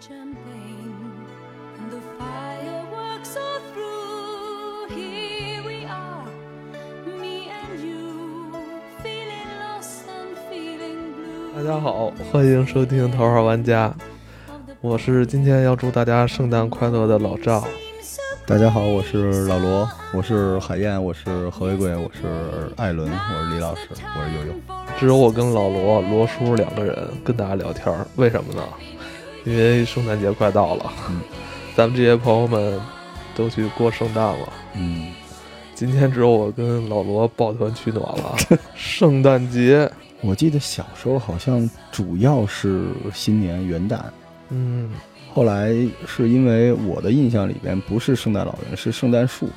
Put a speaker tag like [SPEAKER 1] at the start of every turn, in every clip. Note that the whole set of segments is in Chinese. [SPEAKER 1] champagne and the fireworks are through. Here we are, me and you, feeling lost and feeling blue.
[SPEAKER 2] 大家好，欢迎收听《头号玩家》，我是今天要祝大家圣诞快乐的老赵。
[SPEAKER 3] 大家好，我是老罗，我是海燕，我是何为贵，我是艾伦，我是李老师，我是悠悠。
[SPEAKER 2] 只有我跟老罗、罗叔两个人跟大家聊天儿，为什么呢？因为圣诞节快到了，
[SPEAKER 3] 嗯
[SPEAKER 2] 咱们这些朋友们都去过圣诞了。
[SPEAKER 3] 嗯，
[SPEAKER 2] 今天只有我跟老罗抱团取暖了。 圣诞节，
[SPEAKER 3] 我记得小时候好像主要是新年元旦，
[SPEAKER 2] 嗯，
[SPEAKER 3] 后来是因为我的印象里边不是圣诞老人，是圣诞树。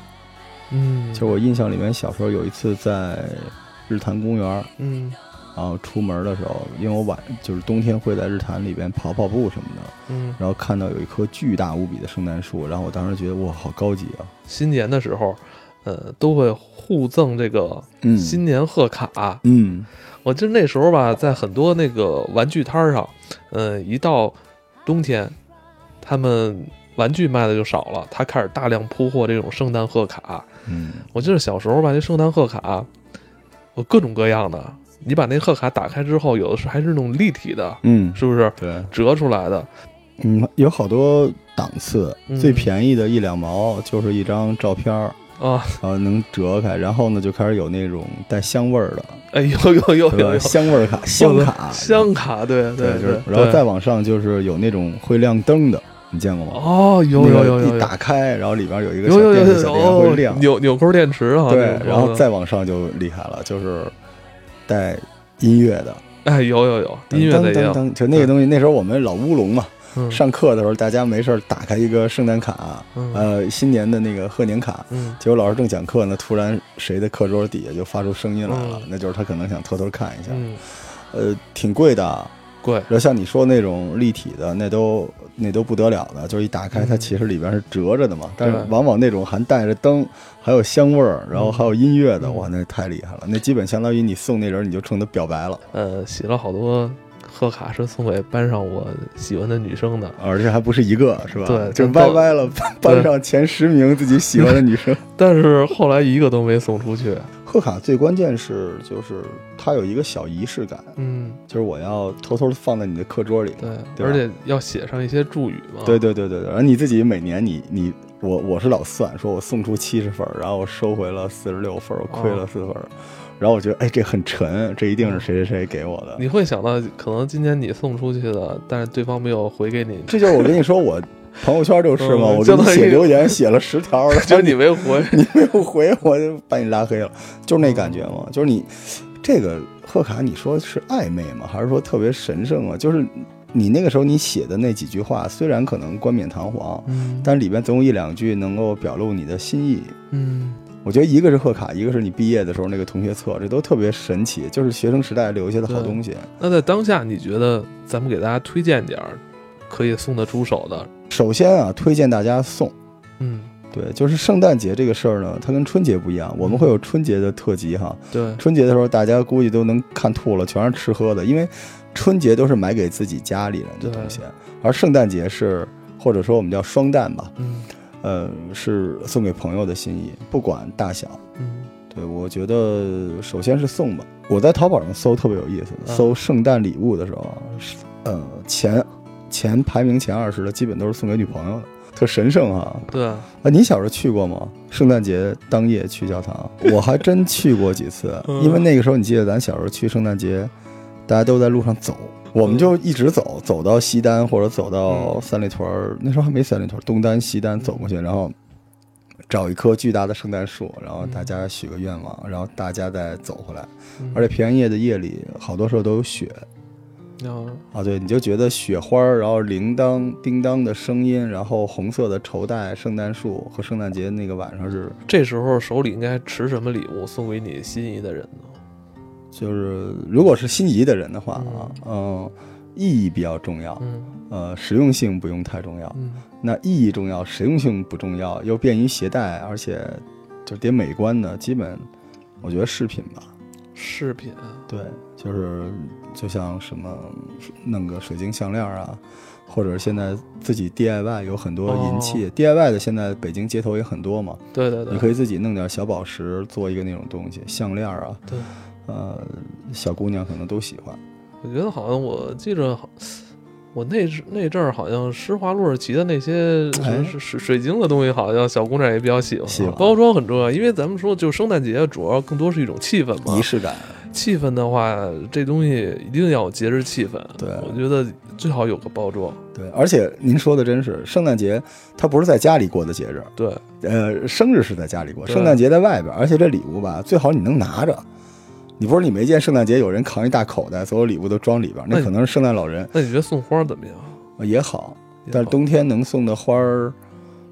[SPEAKER 2] 嗯，
[SPEAKER 3] 就我印象里面，小时候有一次在日坛公园，
[SPEAKER 2] 嗯
[SPEAKER 3] 然后出门的时候，因为我晚就是冬天会在日坛里边跑跑步什么的，
[SPEAKER 2] 嗯，
[SPEAKER 3] 然后看到有一棵巨大无比的圣诞树，然后我当时觉得哇，好高级啊！
[SPEAKER 2] 新年的时候，呃，都会互赠这个
[SPEAKER 3] 嗯
[SPEAKER 2] 新年贺卡。
[SPEAKER 3] 嗯
[SPEAKER 2] 我记得那时候吧，在很多那个玩具摊儿上，嗯、一到冬天，他们玩具卖的就少了，他开始大量铺货这种圣诞贺卡。
[SPEAKER 3] 嗯，
[SPEAKER 2] 我记得小时候吧，那圣诞贺卡，我各种各样的。你把那贺卡打开之后，有的是还是那种立体的，
[SPEAKER 3] 嗯，
[SPEAKER 2] 是不是
[SPEAKER 3] 对，
[SPEAKER 2] 折出来的？
[SPEAKER 3] 嗯，有好多档次，
[SPEAKER 2] 嗯
[SPEAKER 3] 最便宜的一两毛就是一张照片儿，
[SPEAKER 2] 啊，
[SPEAKER 3] 然后能折开，然后呢就开始有那种带香味儿的，
[SPEAKER 2] 哎呦呦呦
[SPEAKER 3] 对
[SPEAKER 2] 呦
[SPEAKER 3] 吧？
[SPEAKER 2] 呦，
[SPEAKER 3] 香味儿卡、香卡、
[SPEAKER 2] 香卡，对
[SPEAKER 3] 对，
[SPEAKER 2] 对
[SPEAKER 3] 就是，，然后
[SPEAKER 2] 对
[SPEAKER 3] 再往上就是有那种会亮灯的，你见过吗？
[SPEAKER 2] 哦，有
[SPEAKER 3] 那
[SPEAKER 2] 有
[SPEAKER 3] 个
[SPEAKER 2] 有有
[SPEAKER 3] 一
[SPEAKER 2] 有
[SPEAKER 3] 打开，然后里边有一个
[SPEAKER 2] 有
[SPEAKER 3] 小
[SPEAKER 2] 有
[SPEAKER 3] 电
[SPEAKER 2] 有
[SPEAKER 3] 子小
[SPEAKER 2] 有
[SPEAKER 3] 电源
[SPEAKER 2] 有
[SPEAKER 3] 会亮，
[SPEAKER 2] 纽纽扣电池啊，
[SPEAKER 3] 对
[SPEAKER 2] 那，种
[SPEAKER 3] 然后
[SPEAKER 2] 的
[SPEAKER 3] 再往上就厉害了，就是带音乐的
[SPEAKER 2] 哎有有有音乐
[SPEAKER 3] 当
[SPEAKER 2] 的也
[SPEAKER 3] 当
[SPEAKER 2] 有，
[SPEAKER 3] 当，就那个东西，那时候我们老乌龙嘛，
[SPEAKER 2] 嗯
[SPEAKER 3] 上课的时候，大家没事儿打开一个圣诞卡，
[SPEAKER 2] 嗯
[SPEAKER 3] 呃，新年的那个贺年卡。
[SPEAKER 2] 嗯
[SPEAKER 3] 结果老师正讲课呢，突然谁的课桌底下就发出声音来了，
[SPEAKER 2] 嗯
[SPEAKER 3] 那就是他可能想偷偷看一下。
[SPEAKER 2] 嗯，
[SPEAKER 3] 呃，挺贵的，
[SPEAKER 2] 贵
[SPEAKER 3] 然后像你说那种立体的，那都那都不得了的，就是一打开它
[SPEAKER 2] 嗯
[SPEAKER 3] 其实里边是折着的嘛，但是
[SPEAKER 2] 对
[SPEAKER 3] 往往那种还带着灯，还有香味儿，然后还有音乐的，
[SPEAKER 2] 嗯
[SPEAKER 3] 哇，那太厉害了，那基本相当于你送那人你就冲他表白了，
[SPEAKER 2] 呃，写了好多贺卡是送给班上我喜欢的女生的，
[SPEAKER 3] 而且还不是一个，是吧？
[SPEAKER 2] 对
[SPEAKER 3] 就是
[SPEAKER 2] 咱到
[SPEAKER 3] 歪歪了 班上前十名自己喜欢的女生。
[SPEAKER 2] 但是后来一个都没送出去。
[SPEAKER 3] 贺卡最关键是就是它有一个小仪式感，
[SPEAKER 2] 嗯，
[SPEAKER 3] 就是我要偷偷的放在你的课桌里。
[SPEAKER 2] 对，啊
[SPEAKER 3] 对吧
[SPEAKER 2] 而且要写上一些祝语嘛。
[SPEAKER 3] 对对对对对，然后你自己每年你你我我是老算，说我送出七十分儿，然后我收回了四十六分儿，我亏
[SPEAKER 2] 啊
[SPEAKER 3] 了四分儿，然后我觉得哎这很沉，这一定是谁谁谁给我的。
[SPEAKER 2] 嗯你会想到，可能今天你送出去的，但是对方没有回给你，
[SPEAKER 3] 这就是我跟你说，我朋友圈就是嘛，
[SPEAKER 2] 嗯
[SPEAKER 3] 我给你
[SPEAKER 2] 相当于
[SPEAKER 3] 写留言写了十条， 然后
[SPEAKER 2] 就是你没回。
[SPEAKER 3] 你没有回，我就把你拉黑了，就是那感觉嘛，就是你这个贺卡，你说是暧昧吗？还是说特别神圣啊？就是你那个时候你写的那几句话，虽然可能冠冕堂皇，
[SPEAKER 2] 嗯
[SPEAKER 3] 但里边总有一两句能够表露你的心意。
[SPEAKER 2] 嗯
[SPEAKER 3] 我觉得一个是贺卡，一个是你毕业的时候那个同学册，这都特别神奇， 就是学生时代留下的好东西。
[SPEAKER 2] 那在当下，你觉得咱们给大家推荐点儿可以送得出手的？
[SPEAKER 3] 首先啊，推荐大家送。
[SPEAKER 2] 嗯，
[SPEAKER 3] 对，就是圣诞节这个事儿呢，它跟春节不一样，我们会有春节的特辑哈。
[SPEAKER 2] 对，
[SPEAKER 3] 春节的时候，大家估计都能看吐了，全是吃喝的，因为春节都是买给自己家里人的东西，而圣诞节是或者说我们叫双旦吧，
[SPEAKER 2] 嗯
[SPEAKER 3] 呃，是送给朋友的心意，不管大小。
[SPEAKER 2] 嗯
[SPEAKER 3] 对，我觉得首先是送吧。我在淘宝上搜特别有意思，
[SPEAKER 2] 嗯
[SPEAKER 3] 搜圣诞礼物的时候啊，是呃，前前排名前二十的基本都是送给女朋友的，特神圣哈、啊。
[SPEAKER 2] 对，，
[SPEAKER 3] 啊，你小时候去过吗？圣诞节当夜去教堂，我还真去过几次
[SPEAKER 2] 嗯
[SPEAKER 3] 因为那个时候你记得咱小时候去圣诞节，大家都在路上走，我
[SPEAKER 2] 嗯
[SPEAKER 3] 们就一直走，走到西单或者走到三里屯儿，那时候还没三里屯儿，东单西单走过去，然后找一棵巨大的圣诞树，然后大家许个愿望，然后大家再走回来，
[SPEAKER 2] 嗯
[SPEAKER 3] 而且平安夜的夜里，好多时候都有雪，
[SPEAKER 2] 然后
[SPEAKER 3] 啊，对，你就觉得雪花儿，然后铃铛、叮当的声音，然后红色的绸带、圣诞树和圣诞节那个晚上是，
[SPEAKER 2] 这时候手里应该持什么礼物送给你心仪的人呢？
[SPEAKER 3] 就是如果是心仪的人的话啊，嗯、意义比较重要，
[SPEAKER 2] 嗯
[SPEAKER 3] 呃，实用性不用太重要。
[SPEAKER 2] 嗯
[SPEAKER 3] 那意义重要，实用性不重要，又便于携带，而且就得美观的，基本我觉得饰品吧，
[SPEAKER 2] 饰品，啊
[SPEAKER 3] 对，就是就像什么弄个水晶项链啊，或者是现在自己 DIY 有很多银器、DIY 的，现在北京街头也很多嘛，
[SPEAKER 2] 对对
[SPEAKER 3] 你
[SPEAKER 2] 对
[SPEAKER 3] 可以自己弄点小宝石做一个那种东西，项链啊，
[SPEAKER 2] 对。
[SPEAKER 3] 呃，小姑娘可能都喜欢。
[SPEAKER 2] 我觉得好像我记着好，我那时那阵儿好像施华洛世奇的那些
[SPEAKER 3] 哎
[SPEAKER 2] 水水水水晶的东西，好像小姑娘也比较喜欢啊。
[SPEAKER 3] 喜欢
[SPEAKER 2] 包装很重要，因为咱们说就圣诞节主要更多是一种气氛嘛
[SPEAKER 3] 仪。式感，
[SPEAKER 2] 气氛的话，这东西一定要有节日气氛。
[SPEAKER 3] 对
[SPEAKER 2] 我觉得最好有个包装。
[SPEAKER 3] 对，而且您说的真是，圣诞节它不是在家里过的节日，
[SPEAKER 2] 对，
[SPEAKER 3] 呃，生日是在家里过，
[SPEAKER 2] 对
[SPEAKER 3] 圣诞节在外边，而且这礼物吧，最好你能拿着。你不是你没见圣诞节有人扛一大口袋，所有礼物都装里边，
[SPEAKER 2] 那
[SPEAKER 3] 那
[SPEAKER 2] 你
[SPEAKER 3] 可能是圣诞老人
[SPEAKER 2] 那你觉得送花怎么样？
[SPEAKER 3] 呃也好，
[SPEAKER 2] 也
[SPEAKER 3] 但是
[SPEAKER 2] 好
[SPEAKER 3] 冬天能送的花儿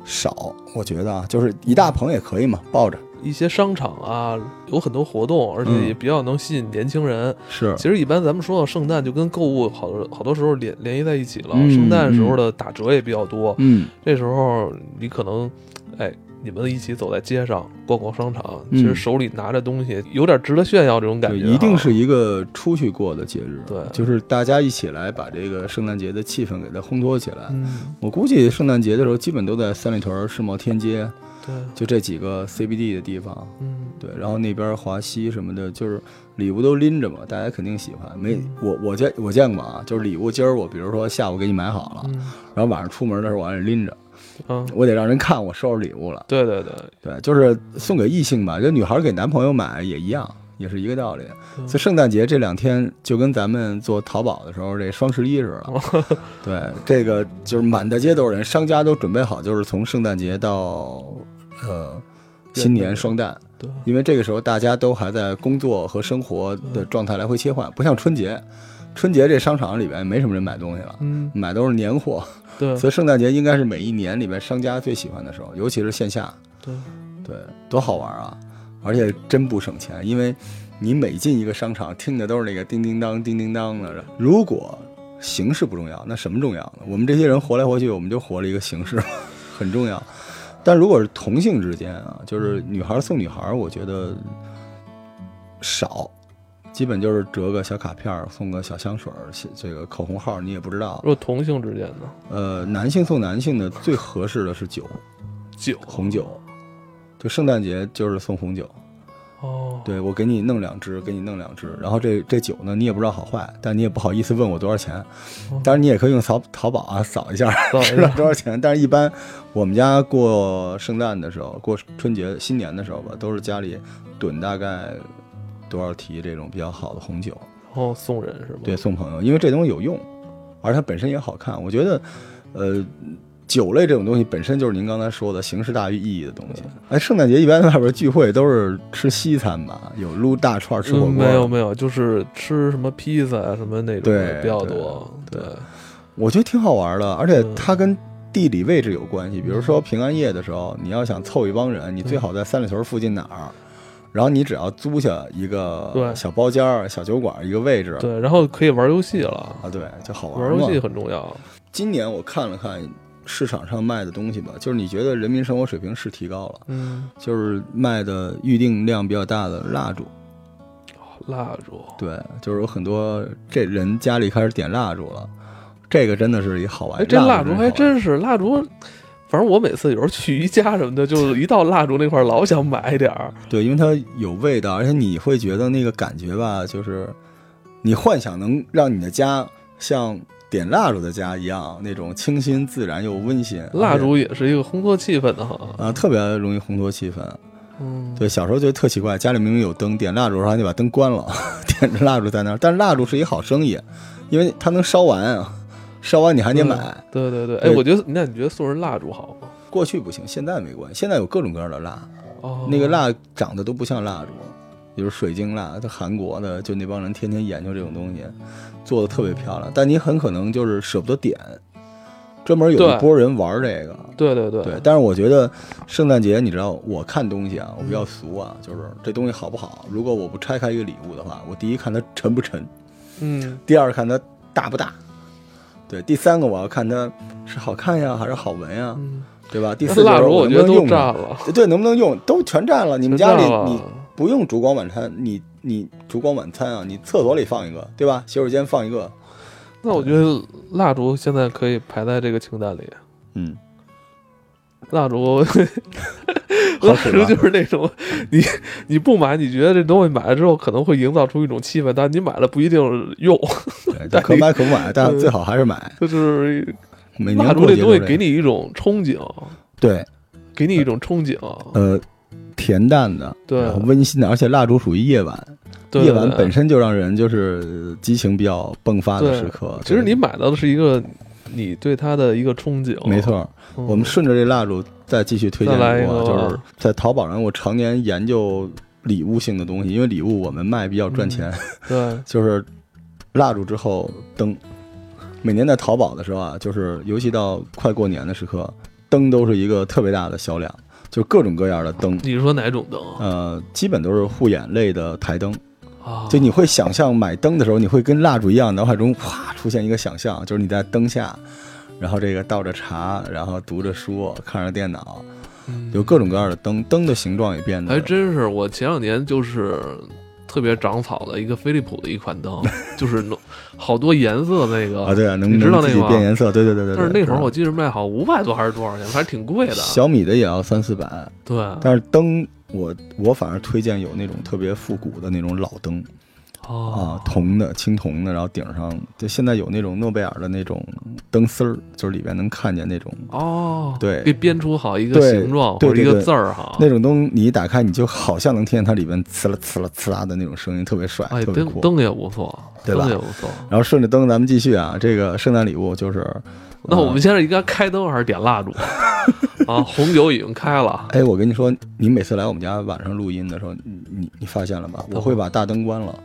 [SPEAKER 3] 少，我觉得啊，就是一大捧也可以
[SPEAKER 2] 嗯
[SPEAKER 3] 嘛，抱着
[SPEAKER 2] 一些商场啊，有很多活动，而
[SPEAKER 3] 嗯
[SPEAKER 2] 且也比较能吸引年轻人。
[SPEAKER 3] 是
[SPEAKER 2] 其实一般咱们说到圣诞，就跟购物好多好多时候联联系在一起了。
[SPEAKER 3] 嗯
[SPEAKER 2] 圣诞时候的打折也比较多，
[SPEAKER 3] 嗯，
[SPEAKER 2] 这时候你可能，哎，你们一起走在街上逛逛商场，
[SPEAKER 3] 嗯
[SPEAKER 2] 其实手里拿着东西，有点值得炫耀这种感
[SPEAKER 3] 对，
[SPEAKER 2] 觉、啊
[SPEAKER 3] 一定是。一个出去过的节日，
[SPEAKER 2] 对
[SPEAKER 3] 就是大家一起来把这个圣诞节的气氛给它烘托起来。
[SPEAKER 2] 嗯，
[SPEAKER 3] 我估计圣诞节的时候，基本都在三里屯儿、世贸天街，
[SPEAKER 2] 对，
[SPEAKER 3] 就这几个 CBD 的地方。
[SPEAKER 2] 嗯，
[SPEAKER 3] 对，然后那边华西什么的，就是礼物都拎着嘛，大家肯定喜欢。没
[SPEAKER 2] 嗯
[SPEAKER 3] 我我见我见过啊，就是礼物今儿我比如说下午给你买好了，
[SPEAKER 2] 嗯，
[SPEAKER 3] 然后晚上出门的时候我让人拎着，
[SPEAKER 2] 啊，
[SPEAKER 3] 我得让人看我收拾礼物了。
[SPEAKER 2] 对对对，
[SPEAKER 3] 对，就是送给异性吧，就女孩给男朋友买也一样，也是一个道理。
[SPEAKER 2] 嗯
[SPEAKER 3] 所以圣诞节这两天就跟咱们做淘宝的时候这双十一似 的，对，这个就是满大街都是人，商家都准备好，就是从圣诞节到呃新年双旦，
[SPEAKER 2] 对，
[SPEAKER 3] 因为这个时候大家都还在工作和生活
[SPEAKER 2] 嗯
[SPEAKER 3] 的状态来回切换，不像春节，春节这商场里边没什么人买东西了，
[SPEAKER 2] 嗯，
[SPEAKER 3] 买都是年货，
[SPEAKER 2] 对
[SPEAKER 3] 所以圣诞节应该是每一年里边商家最喜欢的时候，尤其是线下。
[SPEAKER 2] 对，
[SPEAKER 3] 对，多好玩啊！而且真不省钱，因为你每进一个商场，听的都是那个叮叮当、叮叮当的。如果形式不重要，那什么重要呢？我们这些人活来活去，我们就活了一个形式， 很重要。但如果是同性之间啊，就是女孩送女孩，我觉得少，基本就是折个小卡片儿，送个小香水儿，写这个口红号你也不知道
[SPEAKER 2] 如。果同性之间呢，
[SPEAKER 3] 呃，男性送男性的最合适的是酒，
[SPEAKER 2] 酒
[SPEAKER 3] 红酒，就圣诞节就是送红酒。
[SPEAKER 2] 哦，
[SPEAKER 3] 对我给你弄两支，给你弄两支，然后这这酒呢，你也不知道好坏，但你也不好意思问我多少钱。当然，你也可以用淘淘宝啊扫一下，
[SPEAKER 2] 扫一下
[SPEAKER 3] 知道多少钱。但是，一般我们家过圣诞的时候，过春节、新年的时候吧，都是家里囤大概多少提这种比较好的红酒，
[SPEAKER 2] 然后哦送人是吗？
[SPEAKER 3] 对，，送朋友，因为这东西有用，而它本身也好看。我觉得，呃，酒类这种东西本身就是您刚才说的形式大于意义的东西。哎，圣诞节一般外边聚会都是吃西餐吧，有撸大串、吃火锅。
[SPEAKER 2] 嗯，没有没有，就是吃什么披萨啊什么那种的
[SPEAKER 3] 对
[SPEAKER 2] 比较多，
[SPEAKER 3] 对
[SPEAKER 2] 对，
[SPEAKER 3] 我觉得挺好玩的，而且
[SPEAKER 2] 嗯
[SPEAKER 3] 它跟地理位置有关系。比如说平安夜的时候，你要想凑一帮人，你最
[SPEAKER 2] 嗯
[SPEAKER 3] 好在三里屯附近哪儿，然后你只要租下一个
[SPEAKER 2] 对
[SPEAKER 3] 小包间儿、小酒馆一个位置，
[SPEAKER 2] 对，然后可以玩游戏了，
[SPEAKER 3] 啊，对，就好玩
[SPEAKER 2] 玩
[SPEAKER 3] 嘛。
[SPEAKER 2] 游戏很重要，
[SPEAKER 3] 今年我看了看市场上卖的东西吧，就是你觉得人民生活水平是提高了，
[SPEAKER 2] 嗯，
[SPEAKER 3] 就是卖的预定量比较大的蜡烛，
[SPEAKER 2] 蜡烛，
[SPEAKER 3] 对，就是有很多这人家里开始点蜡烛了，这个真的是一好玩。
[SPEAKER 2] 哎，这蜡
[SPEAKER 3] 烛
[SPEAKER 2] 烛还真是蜡烛，反正我每次有时候去宜家什么的，就是一到蜡烛那块儿老想买点儿，
[SPEAKER 3] 对，因为它有味道，而且你会觉得那个感觉吧，就是你幻想能让你的家像点蜡烛的家一样，那种清新自然又温馨。
[SPEAKER 2] 蜡
[SPEAKER 3] 而
[SPEAKER 2] 烛也是一个烘托气氛的
[SPEAKER 3] 且
[SPEAKER 2] 哈，
[SPEAKER 3] 啊，特别容易烘托气氛。
[SPEAKER 2] 嗯，
[SPEAKER 3] 对，小时候觉得特奇怪，家里明明有灯，点蜡烛的时候还得把灯关了， 点着蜡烛在那儿。但是蜡烛是一好生意，因为它能烧完啊，烧完你还得买。
[SPEAKER 2] 对对对，哎，
[SPEAKER 3] 对
[SPEAKER 2] 我觉得那你觉得送人蜡烛好吗？
[SPEAKER 3] 过去不行，现在没关系，现在有各种各样的蜡，
[SPEAKER 2] 哦，
[SPEAKER 3] 那个蜡长得都不像蜡烛，比如水晶蜡，它韩国的就那帮人天天研究这种东西，做的特别漂亮。但你很可能就是舍不得点，专门有
[SPEAKER 2] 对
[SPEAKER 3] 一波人玩这个。
[SPEAKER 2] 对对对
[SPEAKER 3] 对，但是我觉得圣诞节，你知道，我看东西啊，我比较俗啊，
[SPEAKER 2] 嗯
[SPEAKER 3] 就是这东西好不好。如果我不拆开一个礼物的话，我第一看它沉不沉，
[SPEAKER 2] 嗯，
[SPEAKER 3] 第二看它大不大，对，第三个我要看它是好看呀，还是好闻呀，
[SPEAKER 2] 嗯
[SPEAKER 3] 对吧？第
[SPEAKER 2] 那
[SPEAKER 3] 四个
[SPEAKER 2] 蜡烛
[SPEAKER 3] 我
[SPEAKER 2] 觉
[SPEAKER 3] 能
[SPEAKER 2] 得
[SPEAKER 3] 不能
[SPEAKER 2] 都
[SPEAKER 3] 用
[SPEAKER 2] 占
[SPEAKER 3] 上，
[SPEAKER 2] 了，
[SPEAKER 3] 对，能不能用都全占了。你们
[SPEAKER 2] 全
[SPEAKER 3] 家里
[SPEAKER 2] 占了
[SPEAKER 3] 你不用烛光晚餐，你你烛光晚餐啊，你厕所里放一个，对吧？洗手间放一个，
[SPEAKER 2] 那我觉得蜡烛现在可以排在这个清单里。
[SPEAKER 3] 嗯，
[SPEAKER 2] 蜡烛，
[SPEAKER 3] 好
[SPEAKER 2] 蜡
[SPEAKER 3] 使
[SPEAKER 2] 烛
[SPEAKER 3] 吧
[SPEAKER 2] 就是那种你你不买，你觉得这东西买了之后可能会营造出一种气氛，但你买了不一定用。
[SPEAKER 3] 对但可买可不 买，但最好还是买。
[SPEAKER 2] 就是
[SPEAKER 3] 每年
[SPEAKER 2] 蜡烛
[SPEAKER 3] 过
[SPEAKER 2] 这
[SPEAKER 3] 节
[SPEAKER 2] 东
[SPEAKER 3] 都
[SPEAKER 2] 西
[SPEAKER 3] 这
[SPEAKER 2] 给
[SPEAKER 3] 样
[SPEAKER 2] 你一种憧憬，
[SPEAKER 3] 对，
[SPEAKER 2] 给你一种憧憬。
[SPEAKER 3] 呃，恬淡的，
[SPEAKER 2] 对
[SPEAKER 3] 然后温馨的，而且蜡烛属于夜晚，
[SPEAKER 2] 对
[SPEAKER 3] 夜晚本
[SPEAKER 2] 身，
[SPEAKER 3] 身就让人就是激情比较迸发的
[SPEAKER 2] 对
[SPEAKER 3] 时刻。
[SPEAKER 2] 其实
[SPEAKER 3] 对
[SPEAKER 2] 你买到的是一个你对它的一个憧憬。
[SPEAKER 3] 没，错，
[SPEAKER 2] 嗯、
[SPEAKER 3] 我们顺着这蜡烛再继续推荐
[SPEAKER 2] 再来一
[SPEAKER 3] 礼物
[SPEAKER 2] 个
[SPEAKER 3] 啊，
[SPEAKER 2] 吧
[SPEAKER 3] 就是在淘宝上，我常年研究礼物性的东西，因为礼物我们卖比较
[SPEAKER 2] 嗯
[SPEAKER 3] 赚钱，
[SPEAKER 2] 对
[SPEAKER 3] 就是蜡烛之后灯。每年在淘宝的时候啊，就是尤其到快过年的时刻，灯都是一个特别大的销量，就是各种各样的灯，
[SPEAKER 2] 你是说哪种灯
[SPEAKER 3] 呃，基本都是护眼类的台灯。
[SPEAKER 2] 啊？
[SPEAKER 3] 就你会想象买灯的时候，你会跟蜡烛一样，脑海中哗出现一个想象，就是你在灯下，然后这个倒着茶，然后读着书，看着电脑，
[SPEAKER 2] 嗯
[SPEAKER 3] 有各种各样的灯，灯的形状也变得
[SPEAKER 2] 还真是，我前两年就是特别长草的一个飞利浦的一款 灯，就是弄好多颜色那个
[SPEAKER 3] 啊，，对啊，能
[SPEAKER 2] 你知道
[SPEAKER 3] 能自
[SPEAKER 2] 那
[SPEAKER 3] 己
[SPEAKER 2] 个吗
[SPEAKER 3] 变颜色，对对对对
[SPEAKER 2] 但
[SPEAKER 3] 对。
[SPEAKER 2] 是那会儿我
[SPEAKER 3] 知
[SPEAKER 2] 记得卖好五百多还是多少钱，反正挺贵
[SPEAKER 3] 道
[SPEAKER 2] 的。
[SPEAKER 3] 小米的也要三四百，
[SPEAKER 2] 对，
[SPEAKER 3] 但是灯我我反而推荐有那种特别复古的那种老灯啊
[SPEAKER 2] 哦，，
[SPEAKER 3] 铜的、青铜的，然后顶上就现在有那种诺贝尔的那种灯丝儿，就是里边能看见那种
[SPEAKER 2] 哦，
[SPEAKER 3] 啊对
[SPEAKER 2] 可以编出好一个
[SPEAKER 3] 对
[SPEAKER 2] 形状
[SPEAKER 3] 对
[SPEAKER 2] 或者一
[SPEAKER 3] 对
[SPEAKER 2] 个
[SPEAKER 3] 对
[SPEAKER 2] 字儿哈。
[SPEAKER 3] 那种灯你一打开，你就好像能听见它里边呲啦呲啦呲啦的那种声音，特别帅，
[SPEAKER 2] 哎，
[SPEAKER 3] 特别
[SPEAKER 2] 灯
[SPEAKER 3] 酷。
[SPEAKER 2] 灯也不错，
[SPEAKER 3] 对吧
[SPEAKER 2] 灯也不错。
[SPEAKER 3] 然后顺着灯，咱们继续啊，这个圣诞礼物就是，
[SPEAKER 2] 那
[SPEAKER 3] 呃
[SPEAKER 2] 我们现在应该开灯还是点 蜡烛啊？红酒已经开了，
[SPEAKER 3] 哎，我跟你说，你每次来我们家晚上录音的时候，你你你发现 了吧？
[SPEAKER 2] 么
[SPEAKER 3] 我会把大灯关了，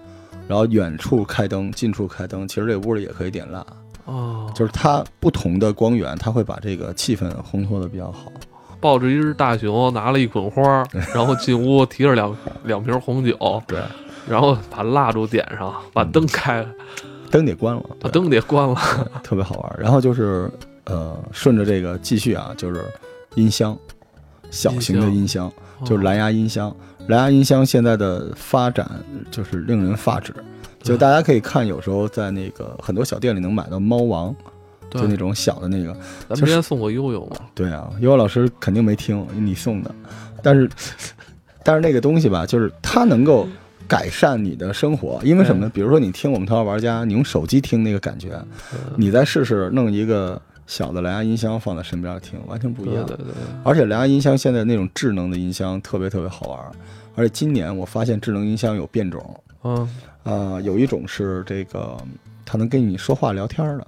[SPEAKER 3] 然后远处开灯，近处开灯，其实这屋里也可以点蜡，
[SPEAKER 2] 哦，
[SPEAKER 3] 就是它不同的光源，它会把这个气氛烘托的比较好。
[SPEAKER 2] 抱着一只大熊，拿了一捆花 儿，然后进屋提着两两瓶红酒，
[SPEAKER 3] 对，
[SPEAKER 2] 然后把蜡烛点上，把
[SPEAKER 3] 嗯
[SPEAKER 2] 灯开了，
[SPEAKER 3] 灯得关了，
[SPEAKER 2] 把
[SPEAKER 3] 对
[SPEAKER 2] 灯得关了。
[SPEAKER 3] 特别好玩儿。然后就是呃，顺着这个继续啊，就是音箱，小型的音箱，哦就是蓝牙音箱。蓝牙音箱现在的发展就是令人发指，就大家可以看，有时候在那个很多小店里能买到猫王，
[SPEAKER 2] 对，
[SPEAKER 3] 就那种小的那个。
[SPEAKER 2] 咱们
[SPEAKER 3] 就
[SPEAKER 2] 之
[SPEAKER 3] 是
[SPEAKER 2] 前送过悠悠嘛，
[SPEAKER 3] 对啊，悠悠老师肯定没听你送的，但 是但是那个东西吧，就是它能够。改善你的生活，因为什么呢？比如说你听我们《头号玩家》，你用手机听那个感觉，
[SPEAKER 2] 嗯
[SPEAKER 3] 你再试试弄一个小的蓝牙音箱放在身边听，完全不一样。
[SPEAKER 2] 对对对对，
[SPEAKER 3] 而且蓝牙音箱现在那种智能的音箱特别特别好玩儿，而且今年我发现智能音箱有变种，
[SPEAKER 2] 嗯，
[SPEAKER 3] 啊，有一种是这个它能跟你说话聊天儿的，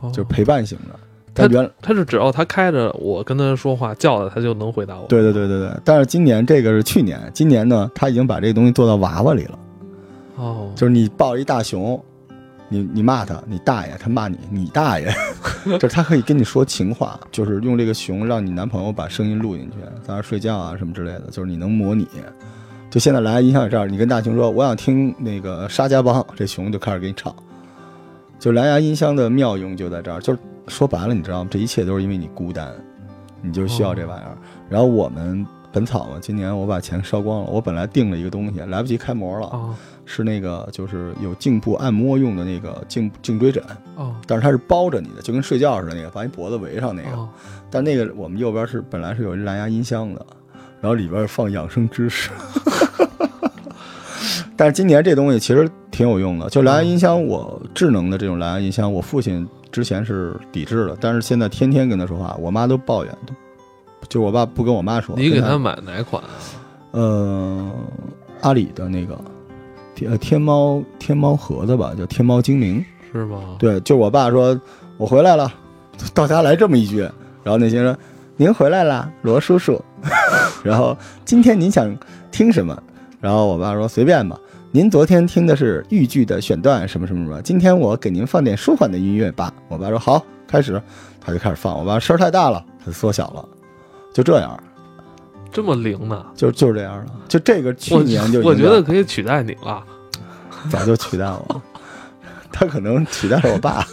[SPEAKER 2] 哦
[SPEAKER 3] 就是陪伴型的。
[SPEAKER 2] 嗯
[SPEAKER 3] 但原
[SPEAKER 2] 他是只要他开着，我跟他说话叫他，他就能回答我。
[SPEAKER 3] 对对对对对，但是今年这个是去年，今年呢，它已经把这个东西做到娃娃里了，
[SPEAKER 2] 哦，
[SPEAKER 3] 就是你抱一大熊。你你骂它，你大爷，它骂你，你大爷，就是它可以跟你说情话，就是用这个熊让你男朋友把声音录进去，在那儿睡觉啊什么之类的，就是你能模拟。就现在蓝牙音箱也这样，你跟大熊说我想听那个沙家浜，这熊就开始给你唱。就蓝牙音箱的妙用就在这儿，就是说白了，你知道吗？这一切都是因为你孤单，你就需要这玩意儿。然后我们本草嘛，今年我把钱烧光了，我本来订了一个东西，来不及开模了。
[SPEAKER 2] 哦
[SPEAKER 3] 是那个就是有颈部按摩用的那个颈颈椎枕，
[SPEAKER 2] 哦
[SPEAKER 3] 但是它是包着你的，就跟睡觉似的那个，把你脖子围上那个。
[SPEAKER 2] 哦，
[SPEAKER 3] 但那个我们右边是本来是有一蓝牙音箱的，然后里边放养生知识。 但是今年这东西其实挺有用的，就蓝牙音箱，我智能的这种蓝牙音箱，我父亲之前是抵制的，但是现在天天跟他说话，我妈都抱怨，都就我爸不跟我妈说，
[SPEAKER 2] 你给
[SPEAKER 3] 跟
[SPEAKER 2] 他买哪款啊？
[SPEAKER 3] 呃，阿里的那个天呃天猫天猫盒子吧，叫天猫精灵。
[SPEAKER 2] 是吗？
[SPEAKER 3] 对，就我爸说，我回来了， 到家来这么一句，然后那些人说，您回来啦，罗叔叔。 然后今天您想听什么？然后我爸说随便吧。您昨天听的是豫剧的选段，什么什么什么。今天我给您放点舒缓的音乐吧。我爸说好，开始，他就开始放。我爸声儿太大了，他就缩小了，就这样，
[SPEAKER 2] 这么灵呢？
[SPEAKER 3] 就就是这样了。就这个去
[SPEAKER 2] 我
[SPEAKER 3] 年就已
[SPEAKER 2] 我
[SPEAKER 3] 经
[SPEAKER 2] 觉
[SPEAKER 3] 到
[SPEAKER 2] 得可以取代你了。
[SPEAKER 3] 早就取代我，他可能取代了我爸。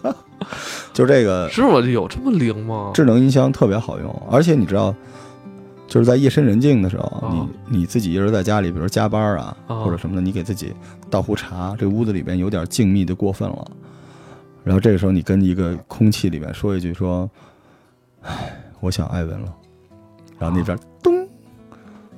[SPEAKER 3] 就这个嗯
[SPEAKER 2] 是吗？有这么灵吗？
[SPEAKER 3] 智能音箱特别好用，而且你知道，就是在夜深人静的时候，
[SPEAKER 2] 哦
[SPEAKER 3] 你你自己一人在家里，比如加班啊、
[SPEAKER 2] 哦
[SPEAKER 3] 或者什么的，你给自己倒壶茶，这屋子里边有点静谧的过分了。然后这个时候，你跟一个空气里边说一句说：“唉，我想艾文了。”然后那
[SPEAKER 2] 哦
[SPEAKER 3] 边咚，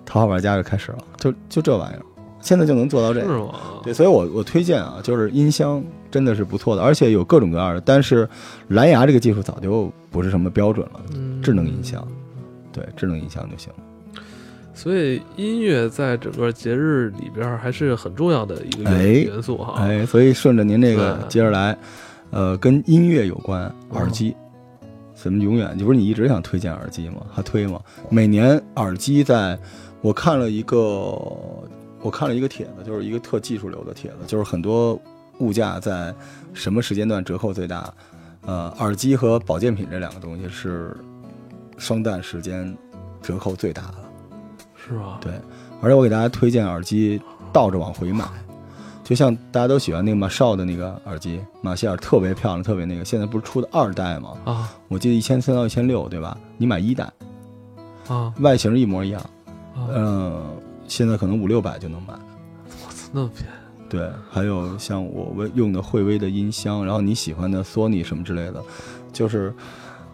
[SPEAKER 3] 桃花玩家就开始了，就就这玩意儿，现在就能做到这
[SPEAKER 2] 是
[SPEAKER 3] 个。
[SPEAKER 2] 吗？
[SPEAKER 3] 对，所以我我推荐啊，就是音箱真的是不错的，而且有各种各样的。但是蓝牙这个技术早就不是什么标准了，
[SPEAKER 2] 嗯
[SPEAKER 3] 智能音箱，对，智能音箱就行。
[SPEAKER 2] 所以音乐在整个节日里边儿还是很重要的一个元、
[SPEAKER 3] 哎
[SPEAKER 2] 元素哈。
[SPEAKER 3] 哎，所以顺着您这个
[SPEAKER 2] 对
[SPEAKER 3] 接着来，呃，跟音乐有关，
[SPEAKER 2] 嗯
[SPEAKER 3] 耳机，怎么永远？你不是你一直想推荐耳机吗？还推吗？每年耳机在，我看了一个，我看了一个帖子，就是一个特技术流的帖子，就是很多物价在什么时间段折扣最大？呃，耳机和保健品这两个东西是双旦时间折扣最大的。
[SPEAKER 2] 是吧？
[SPEAKER 3] 对，而且我给大家推荐耳机倒着往回买，就像大家都喜欢那个马少的那个耳机，马歇尔特别漂亮，特别那个。现在不是出的二代吗？
[SPEAKER 2] 啊
[SPEAKER 3] 我记得一千三到一千六，对吧？你买一代，
[SPEAKER 2] 啊
[SPEAKER 3] 外形一模一样，
[SPEAKER 2] 啊！
[SPEAKER 3] 嗯、现在可能五六百就能买。
[SPEAKER 2] 那么便宜
[SPEAKER 3] 对，还有像我为用的惠威的音箱，然后你喜欢的索尼什么之类的，就是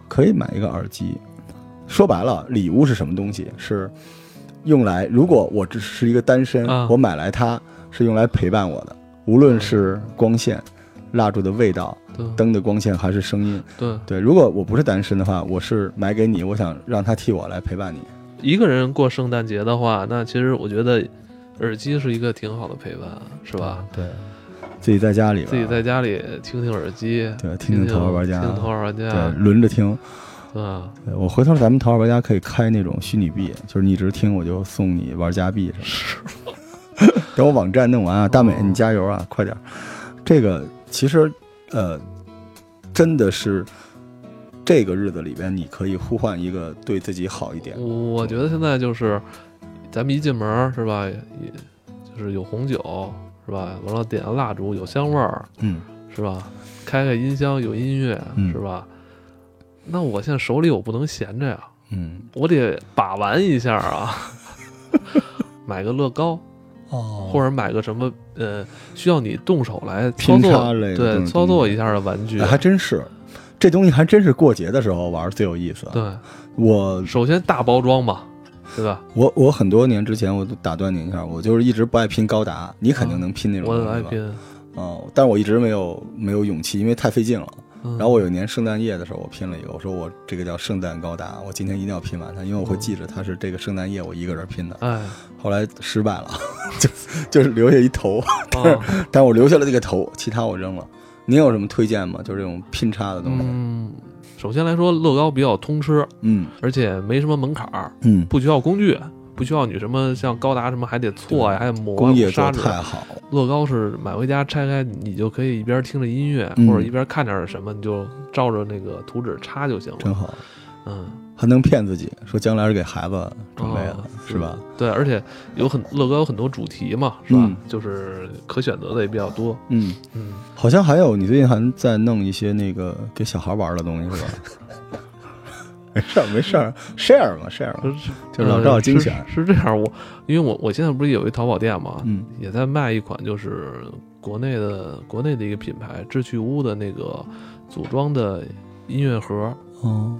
[SPEAKER 3] 可以买一个耳机。说白了，礼物是什么东西？是用来如果我只是一个单身，
[SPEAKER 2] 啊
[SPEAKER 3] 我买来它是用来陪伴我的，无论是光线、蜡烛的味道、
[SPEAKER 2] 对
[SPEAKER 3] 灯的光线还是声音。
[SPEAKER 2] 对，
[SPEAKER 3] 对，如果我不是单身的话，我是买给你，我想让它替我来陪伴你。
[SPEAKER 2] 一个人过圣诞节的话，那其实我觉得耳机是一个挺好的陪伴，是吧？？
[SPEAKER 3] 对，自己在家里边，
[SPEAKER 2] 自己在家里听听耳机，
[SPEAKER 3] 对听
[SPEAKER 2] 听
[SPEAKER 3] 听《头号玩家
[SPEAKER 2] 听听头号》，玩家，
[SPEAKER 3] 对，轮着听。
[SPEAKER 2] 对吧？
[SPEAKER 3] 对我回头咱们淘宝玩家可以开那种虚拟币，就是你一直听我就送你玩家币什么的。等我网站弄完啊，大美
[SPEAKER 2] 哦
[SPEAKER 3] 你加油啊，快点儿！这个其实呃，真的是这个日子里边，你可以呼唤一个对自己好一点。
[SPEAKER 2] 我我觉得现在就是，咱们一进门儿是吧，也就是有红酒是吧，完了点个蜡烛有香味儿
[SPEAKER 3] 嗯，
[SPEAKER 2] 是吧，开开音箱有音乐、
[SPEAKER 3] 嗯
[SPEAKER 2] 是吧？那我现在手里我不能闲着呀，
[SPEAKER 3] 嗯
[SPEAKER 2] 我得把玩一下啊，买个乐高
[SPEAKER 3] 哦
[SPEAKER 2] 或者买个什么呃需要你动手来操
[SPEAKER 3] 拼插
[SPEAKER 2] 作
[SPEAKER 3] 类的这
[SPEAKER 2] 对
[SPEAKER 3] 种
[SPEAKER 2] 操
[SPEAKER 3] 东
[SPEAKER 2] 作
[SPEAKER 3] 西
[SPEAKER 2] 一下的玩具，
[SPEAKER 3] 哎还真是这东西还真是过节的时候玩儿最有意思。
[SPEAKER 2] 对，
[SPEAKER 3] 我
[SPEAKER 2] 首先大包装嘛，对吧？
[SPEAKER 3] 我我很多年之前我都打断您一下，我就是一直不爱拼高达，你肯定能拼那种
[SPEAKER 2] 哦我
[SPEAKER 3] 东西
[SPEAKER 2] 很
[SPEAKER 3] 吧？
[SPEAKER 2] 爱拼，
[SPEAKER 3] 哦，但是我一直没有没有勇气，因为太费劲了。
[SPEAKER 2] 嗯、
[SPEAKER 3] 然后我有一年圣诞夜的时候，我拼了一个，我说我这个叫圣诞高达，我今天一定要拼完它，因为我会记着它是这个圣诞夜我一个人拼的。
[SPEAKER 2] 哎，
[SPEAKER 3] 后来失败了， 就就是留下一头，
[SPEAKER 2] 哦、
[SPEAKER 3] 但我留下了这个头，其他我扔了。您有什么推荐吗？就是这种拼插的东西。
[SPEAKER 2] 嗯，首先来说，乐高比较通吃，
[SPEAKER 3] 嗯
[SPEAKER 2] 而且没什么门槛儿，
[SPEAKER 3] 嗯，
[SPEAKER 2] 不需要工具，不需要你什么像高达什么还得搓呀，还得磨
[SPEAKER 3] 工业做
[SPEAKER 2] 砂
[SPEAKER 3] 得
[SPEAKER 2] 纸。
[SPEAKER 3] 太好了。
[SPEAKER 2] 乐高是买回家拆开，你就可以一边听着音乐，
[SPEAKER 3] 嗯
[SPEAKER 2] 或者一边看点什么，你就照着那个图纸插就行
[SPEAKER 3] 真
[SPEAKER 2] 了。
[SPEAKER 3] 好，
[SPEAKER 2] 嗯，
[SPEAKER 3] 还能骗自己说将来是给孩子准备的，
[SPEAKER 2] 哦
[SPEAKER 3] 是吧？？
[SPEAKER 2] 对，而且有很乐高有很多主题嘛，是吧？
[SPEAKER 3] 嗯
[SPEAKER 2] 就是可选择的也比较多。
[SPEAKER 3] 嗯，
[SPEAKER 2] 嗯，
[SPEAKER 3] 好像还有你最近还在弄一些那个给小孩玩的东西是吧？ 没事儿没事儿，share 嘛 share 嘛，
[SPEAKER 2] 是
[SPEAKER 3] 就是老赵精选
[SPEAKER 2] 呃。是是这样，我因为我我现在不是有一淘宝店嘛，
[SPEAKER 3] 嗯
[SPEAKER 2] 也在卖一款就是国内的国内的一个品牌志趣屋的那个组装的音乐盒，
[SPEAKER 3] 哦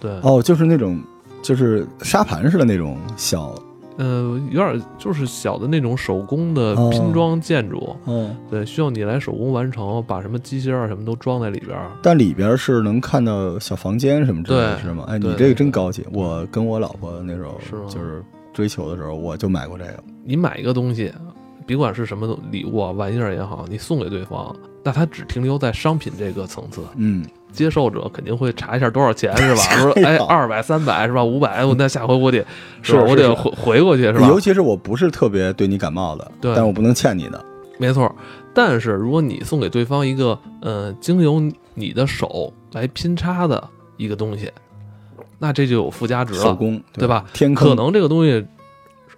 [SPEAKER 2] 对，
[SPEAKER 3] 哦，就是那种就是沙盘似的那种小
[SPEAKER 2] 呃，有点就是小的那种手工的
[SPEAKER 3] 哦
[SPEAKER 2] 拼装建筑，
[SPEAKER 3] 哦，
[SPEAKER 2] 对，需要你来手工完成，把什么机芯儿啊什么都装在里边儿。
[SPEAKER 3] 但里边是能看到小房间什么之类的，
[SPEAKER 2] 对
[SPEAKER 3] 是吗？哎，
[SPEAKER 2] 对
[SPEAKER 3] 你这个真高级。我跟我老婆那时候
[SPEAKER 2] 是吗
[SPEAKER 3] 就是追求的时候，我就买过这个。
[SPEAKER 2] 你买一个东西，别管是什么礼物啊、玩意儿也好，你送给对方，那它只停留在商品这个层次。
[SPEAKER 3] 嗯，
[SPEAKER 2] 接受者肯定会查一下多少钱是吧？说哎，二百、三百是吧？五百，我那下回我得
[SPEAKER 3] 是
[SPEAKER 2] 吧？我
[SPEAKER 3] 是
[SPEAKER 2] 得
[SPEAKER 3] 是
[SPEAKER 2] 回回过去是吧
[SPEAKER 3] 尤？其是我不是特别对你感冒的，
[SPEAKER 2] 对
[SPEAKER 3] 但我不能欠你的。
[SPEAKER 2] 没错。但是如果你送给对方一个呃经由你的手来拼插的一个东西，那这就有附加值
[SPEAKER 3] 手
[SPEAKER 2] 了。
[SPEAKER 3] 工
[SPEAKER 2] 对吧？
[SPEAKER 3] 天坑
[SPEAKER 2] 可能这个东西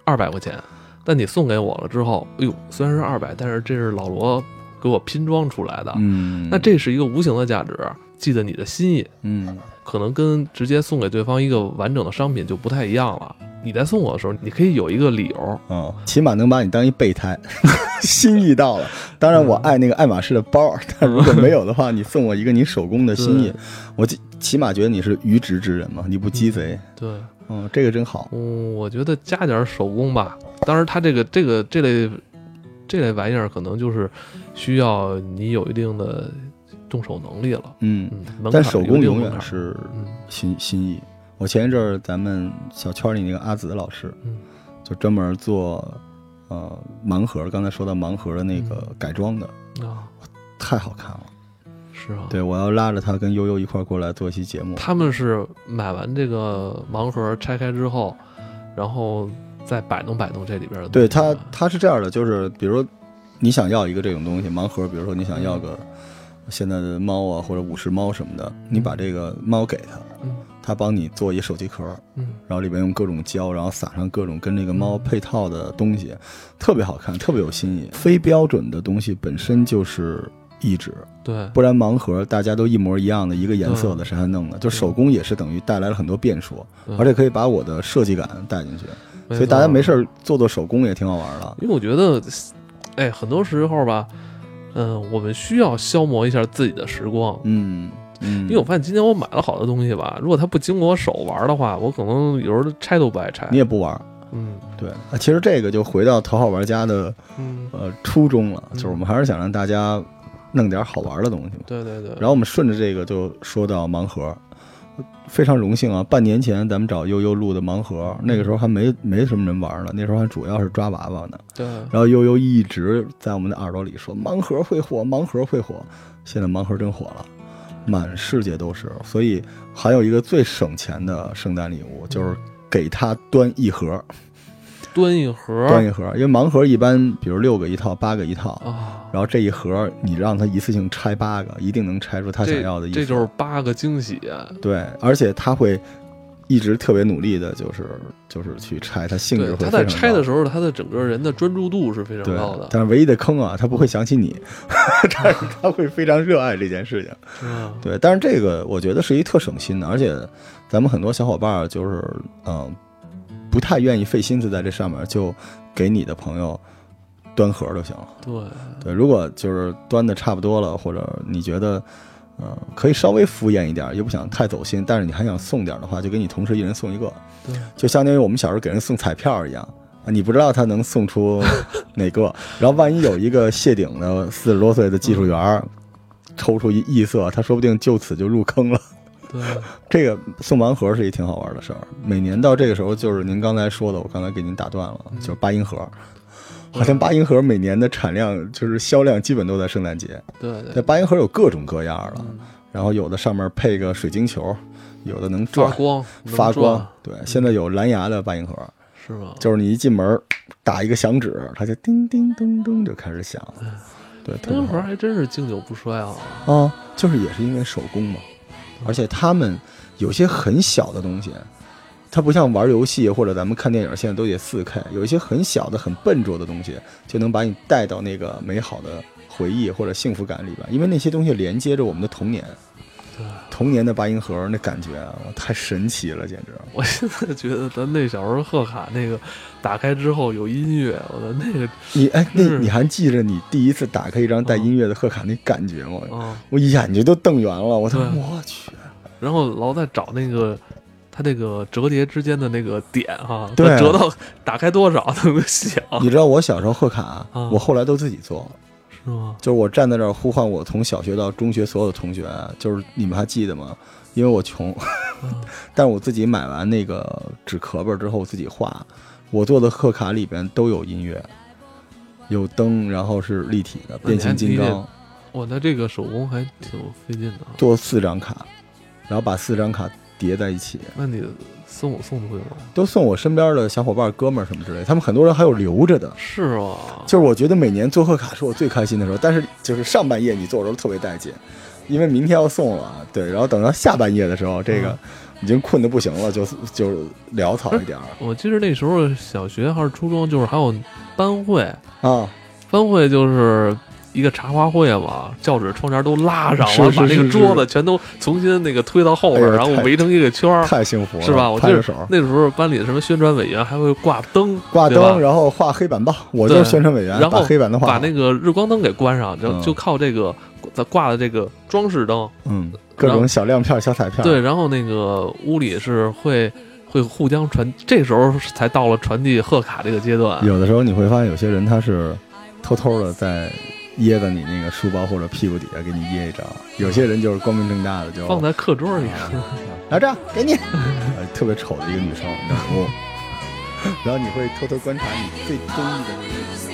[SPEAKER 2] 二百块钱，但你送给我了之后，哎呦，虽然是二百，但是这是老罗给我拼装出来的，
[SPEAKER 3] 嗯，
[SPEAKER 2] 那这是一个无形的价值，记得你的心意。
[SPEAKER 3] 嗯
[SPEAKER 2] 可能跟直接送给对方一个完整的商品就不太一样了。你在送我的时候，你可以有一个理由。
[SPEAKER 3] 嗯，起码能把你当一备胎， 心意到了。当然，我爱那个爱马仕的包，但如果没有的话，你送我一个你手工的心意
[SPEAKER 2] 嗯 对，
[SPEAKER 3] 我起起码觉得你是愚直之人嘛，你不鸡贼。
[SPEAKER 2] 对，
[SPEAKER 3] 嗯，这个真好。
[SPEAKER 2] 嗯，我觉得加点儿手工吧。当然，它这个这个这类这类玩意儿，可能就是需要你有一定的动手能力了。
[SPEAKER 3] 嗯，
[SPEAKER 2] 嗯，门槛
[SPEAKER 3] 但
[SPEAKER 2] 儿
[SPEAKER 3] 手
[SPEAKER 2] 有一
[SPEAKER 3] 工
[SPEAKER 2] 定
[SPEAKER 3] 永
[SPEAKER 2] 门
[SPEAKER 3] 远
[SPEAKER 2] 槛儿
[SPEAKER 3] 是
[SPEAKER 2] 嗯
[SPEAKER 3] 心心意。我前一阵儿咱们小圈里那个阿紫老师，
[SPEAKER 2] 嗯
[SPEAKER 3] 就专门做呃盲盒，刚才说到盲盒的那
[SPEAKER 2] 嗯
[SPEAKER 3] 个改装的，
[SPEAKER 2] 啊，
[SPEAKER 3] 太好看
[SPEAKER 2] 嗯
[SPEAKER 3] 了。
[SPEAKER 2] 是啊，
[SPEAKER 3] 对，我要拉着他跟悠悠一块儿过来做一期节目。
[SPEAKER 2] 他们是买完这个盲盒拆开之后，然后再摆弄摆弄这里边儿的东
[SPEAKER 3] 对
[SPEAKER 2] 西。啊
[SPEAKER 3] 他，他是这样的，就是比如说你想要一个这种东西盲盒，比如说你想要个现在的猫啊或者五十猫什么的，你把这个猫给他
[SPEAKER 2] 嗯，
[SPEAKER 3] 他帮你做一手机壳，
[SPEAKER 2] 嗯，
[SPEAKER 3] 然后里边用各种胶，然后撒上各种跟这个猫配套的东西，特别好看，特别有新意。非标准的东西本身就是意志，
[SPEAKER 2] 对，
[SPEAKER 3] 不然盲盒大家都一模一样的一个颜色的，谁还弄呢？就手工也是等于带来了很多变数，
[SPEAKER 2] 对
[SPEAKER 3] 而且可以把我的设计感带进去，
[SPEAKER 2] 没
[SPEAKER 3] 所以大家
[SPEAKER 2] 错啊
[SPEAKER 3] 没事儿做做手工也挺好玩的。
[SPEAKER 2] 因为我觉得，哎，很多时候吧，嗯、我们需要消磨一下自己的时光。
[SPEAKER 3] 嗯嗯，
[SPEAKER 2] 因为我发现今天我买了好多东西吧，如果它不经过我手玩的话，我可能有时候拆都不爱拆。
[SPEAKER 3] 你也不玩儿，
[SPEAKER 2] 嗯
[SPEAKER 3] 对啊，其实这个就回到头号玩家的
[SPEAKER 2] 嗯，
[SPEAKER 3] 呃初衷了，
[SPEAKER 2] 嗯
[SPEAKER 3] 就是我们还是想让大家弄点好玩的东西嘛。
[SPEAKER 2] 对对对。
[SPEAKER 3] 然后我们顺着这个就说到盲盒，非常荣幸啊！半年前咱们找悠悠录的盲盒，那个时候还没没什么人玩呢，那时候还主要是抓娃娃呢。
[SPEAKER 2] 对，
[SPEAKER 3] 然后悠悠一直在我们的耳朵里说盲盒会火，盲盒会火。现在盲盒真火了，满世界都是。所以还有一个最省钱的圣诞礼物，就是给他端一盒，
[SPEAKER 2] 端一盒
[SPEAKER 3] 端一盒。因为盲盒一般比如六个一套，八个一套，
[SPEAKER 2] 啊，
[SPEAKER 3] 然后这一盒你让他一次性拆八个，一定能拆出他想
[SPEAKER 2] 这
[SPEAKER 3] 要的意思。
[SPEAKER 2] 这就是八个惊喜。啊
[SPEAKER 3] 对，而且他会一直特别努力的，就是就是去拆，他性质
[SPEAKER 2] 对，
[SPEAKER 3] 会
[SPEAKER 2] 他在
[SPEAKER 3] 非常
[SPEAKER 2] 拆
[SPEAKER 3] 高
[SPEAKER 2] 的时候，他的整个人的专注度是非常
[SPEAKER 3] 对
[SPEAKER 2] 高，的，
[SPEAKER 3] 但是唯一的坑啊，他不会想起你， 但是他会非常热爱这件事情。
[SPEAKER 2] 是吧？
[SPEAKER 3] 对，但是这个我觉得是一特省心的，而且咱们很多小伙伴儿就是嗯、呃不太愿意费心思在这上面，就给你的朋友端盒儿就行了。
[SPEAKER 2] 对，
[SPEAKER 3] 对，如果就是端的差不多了，或者你觉得。嗯，可以稍微敷衍一点儿，也不想太走心，但是你还想送点儿的话，就给你同事一人送一个，
[SPEAKER 2] 对，
[SPEAKER 3] 就相当于我们小时候给人送彩票一样啊，你不知道他能送出哪个，然后万一有一个谢顶的四十多岁的技术员儿抽出一异色，他说不定就此就入坑了。
[SPEAKER 2] 对，
[SPEAKER 3] 这个送盲盒是一挺好玩的事儿，每年到这个时候，就是您刚才说的，我刚才给您打断了，
[SPEAKER 2] 嗯
[SPEAKER 3] 就是八音盒，好像八音盒每年的产量就是销量基本都在圣诞节。
[SPEAKER 2] 对，
[SPEAKER 3] 那
[SPEAKER 2] 对，
[SPEAKER 3] 八音盒有各种各样的
[SPEAKER 2] 嗯，
[SPEAKER 3] 然后有的上面配个水晶球，有的能
[SPEAKER 2] 发
[SPEAKER 3] 转
[SPEAKER 2] 光，能
[SPEAKER 3] 发光
[SPEAKER 2] 转，嗯
[SPEAKER 3] 对，现在有蓝牙的八音盒，
[SPEAKER 2] 是吗？
[SPEAKER 3] 就是你一进门儿打一个响指，它就叮叮咚咚就开始响了。
[SPEAKER 2] 嗯
[SPEAKER 3] 对，特别
[SPEAKER 2] 哎那
[SPEAKER 3] 好
[SPEAKER 2] 会儿还真是经久不衰啊。
[SPEAKER 3] 啊，就是也是因为手工嘛，而且他们有些很小的东西，它不像玩游戏或者咱们看电影现在都得四 K，有一些很小的、很笨拙的东西，就能把你带到那个美好的回忆或者幸福感里边，因为那些东西连接着我们的童年。童年的八音盒那感觉啊，哇太神奇了，简直！
[SPEAKER 2] 我现在觉得咱那小时候贺卡那个打开之后有音乐，我的那个
[SPEAKER 3] 你哎，那
[SPEAKER 2] 是
[SPEAKER 3] 你还记着你第一次打开一张带音乐的贺卡那感觉吗？
[SPEAKER 2] 啊，
[SPEAKER 3] 我眼睛都瞪圆了，我说
[SPEAKER 2] 对
[SPEAKER 3] 我去，
[SPEAKER 2] 然后老在找那个它这个折叠之间的那个点哈，它
[SPEAKER 3] 对
[SPEAKER 2] 折到打开多少它能响，
[SPEAKER 3] 你知道我小时候贺卡，
[SPEAKER 2] 啊
[SPEAKER 3] 我后来都自己做，
[SPEAKER 2] 是吗？
[SPEAKER 3] 就是我站在这儿呼唤我从小学到中学所有的同学，就是你们还记得吗？因为我穷，
[SPEAKER 2] 啊
[SPEAKER 3] 但是我自己买完那个纸壳儿之后，我自己画，我做的贺卡里边都有音乐，有灯，然后是立体的
[SPEAKER 2] 啊那你还
[SPEAKER 3] 变形金
[SPEAKER 2] 你
[SPEAKER 3] 刚
[SPEAKER 2] 得，我那这个手工还挺费劲的啊。
[SPEAKER 3] 做四张卡，然后把四张卡叠在一起，
[SPEAKER 2] 那你送我送出去吗？
[SPEAKER 3] 都送我身边的小伙伴、哥们儿什么之类，他们很多人还有留着的。
[SPEAKER 2] 是吗？
[SPEAKER 3] 就是啊我觉得每年做贺卡是我最开心的时候，但是就是上半夜你做的时候特别带劲，因为明天要送了，对，然后等到下半夜的时候，这个嗯已经困得不行了，就就潦草一点儿
[SPEAKER 2] 我记得那时候小学还是初中，就是还有班会，
[SPEAKER 3] 啊，
[SPEAKER 2] 班会就是一个茶话会嘛，教室窗帘都拉上
[SPEAKER 3] 是
[SPEAKER 2] 了，
[SPEAKER 3] 是
[SPEAKER 2] 把那个
[SPEAKER 3] 是
[SPEAKER 2] 桌子
[SPEAKER 3] 是
[SPEAKER 2] 全都重新那个推到后边，
[SPEAKER 3] 哎呀
[SPEAKER 2] 然后
[SPEAKER 3] 太
[SPEAKER 2] 围成一个圈儿，
[SPEAKER 3] 太幸福了，
[SPEAKER 2] 是吧？我记
[SPEAKER 3] 拍
[SPEAKER 2] 得
[SPEAKER 3] 着手。
[SPEAKER 2] 那时候班里什么宣传委员还会挂灯，
[SPEAKER 3] 挂
[SPEAKER 2] 对吧
[SPEAKER 3] 灯，然后画黑板报，我
[SPEAKER 2] 对
[SPEAKER 3] 就是宣传委员，
[SPEAKER 2] 然后
[SPEAKER 3] 把黑板的画
[SPEAKER 2] 把
[SPEAKER 3] 好，
[SPEAKER 2] 那个日光灯给关上，就
[SPEAKER 3] 嗯
[SPEAKER 2] 就靠这个咱挂的这个装饰灯，
[SPEAKER 3] 嗯，各
[SPEAKER 2] 然后
[SPEAKER 3] 种小亮片、小彩片，
[SPEAKER 2] 对，然后那个屋里是会会互相传，这时候才到了传递贺卡这个阶段，
[SPEAKER 3] 有的时候你会发现，有些人他是偷偷的在掖在你那个书包或者屁股底下给你掖一张，有些人就是光明正大的就
[SPEAKER 2] 放在课桌里。
[SPEAKER 3] 拿这儿给 你，呃特别丑的一个女生，然后，然后你会偷偷观察你最中意的那个女生。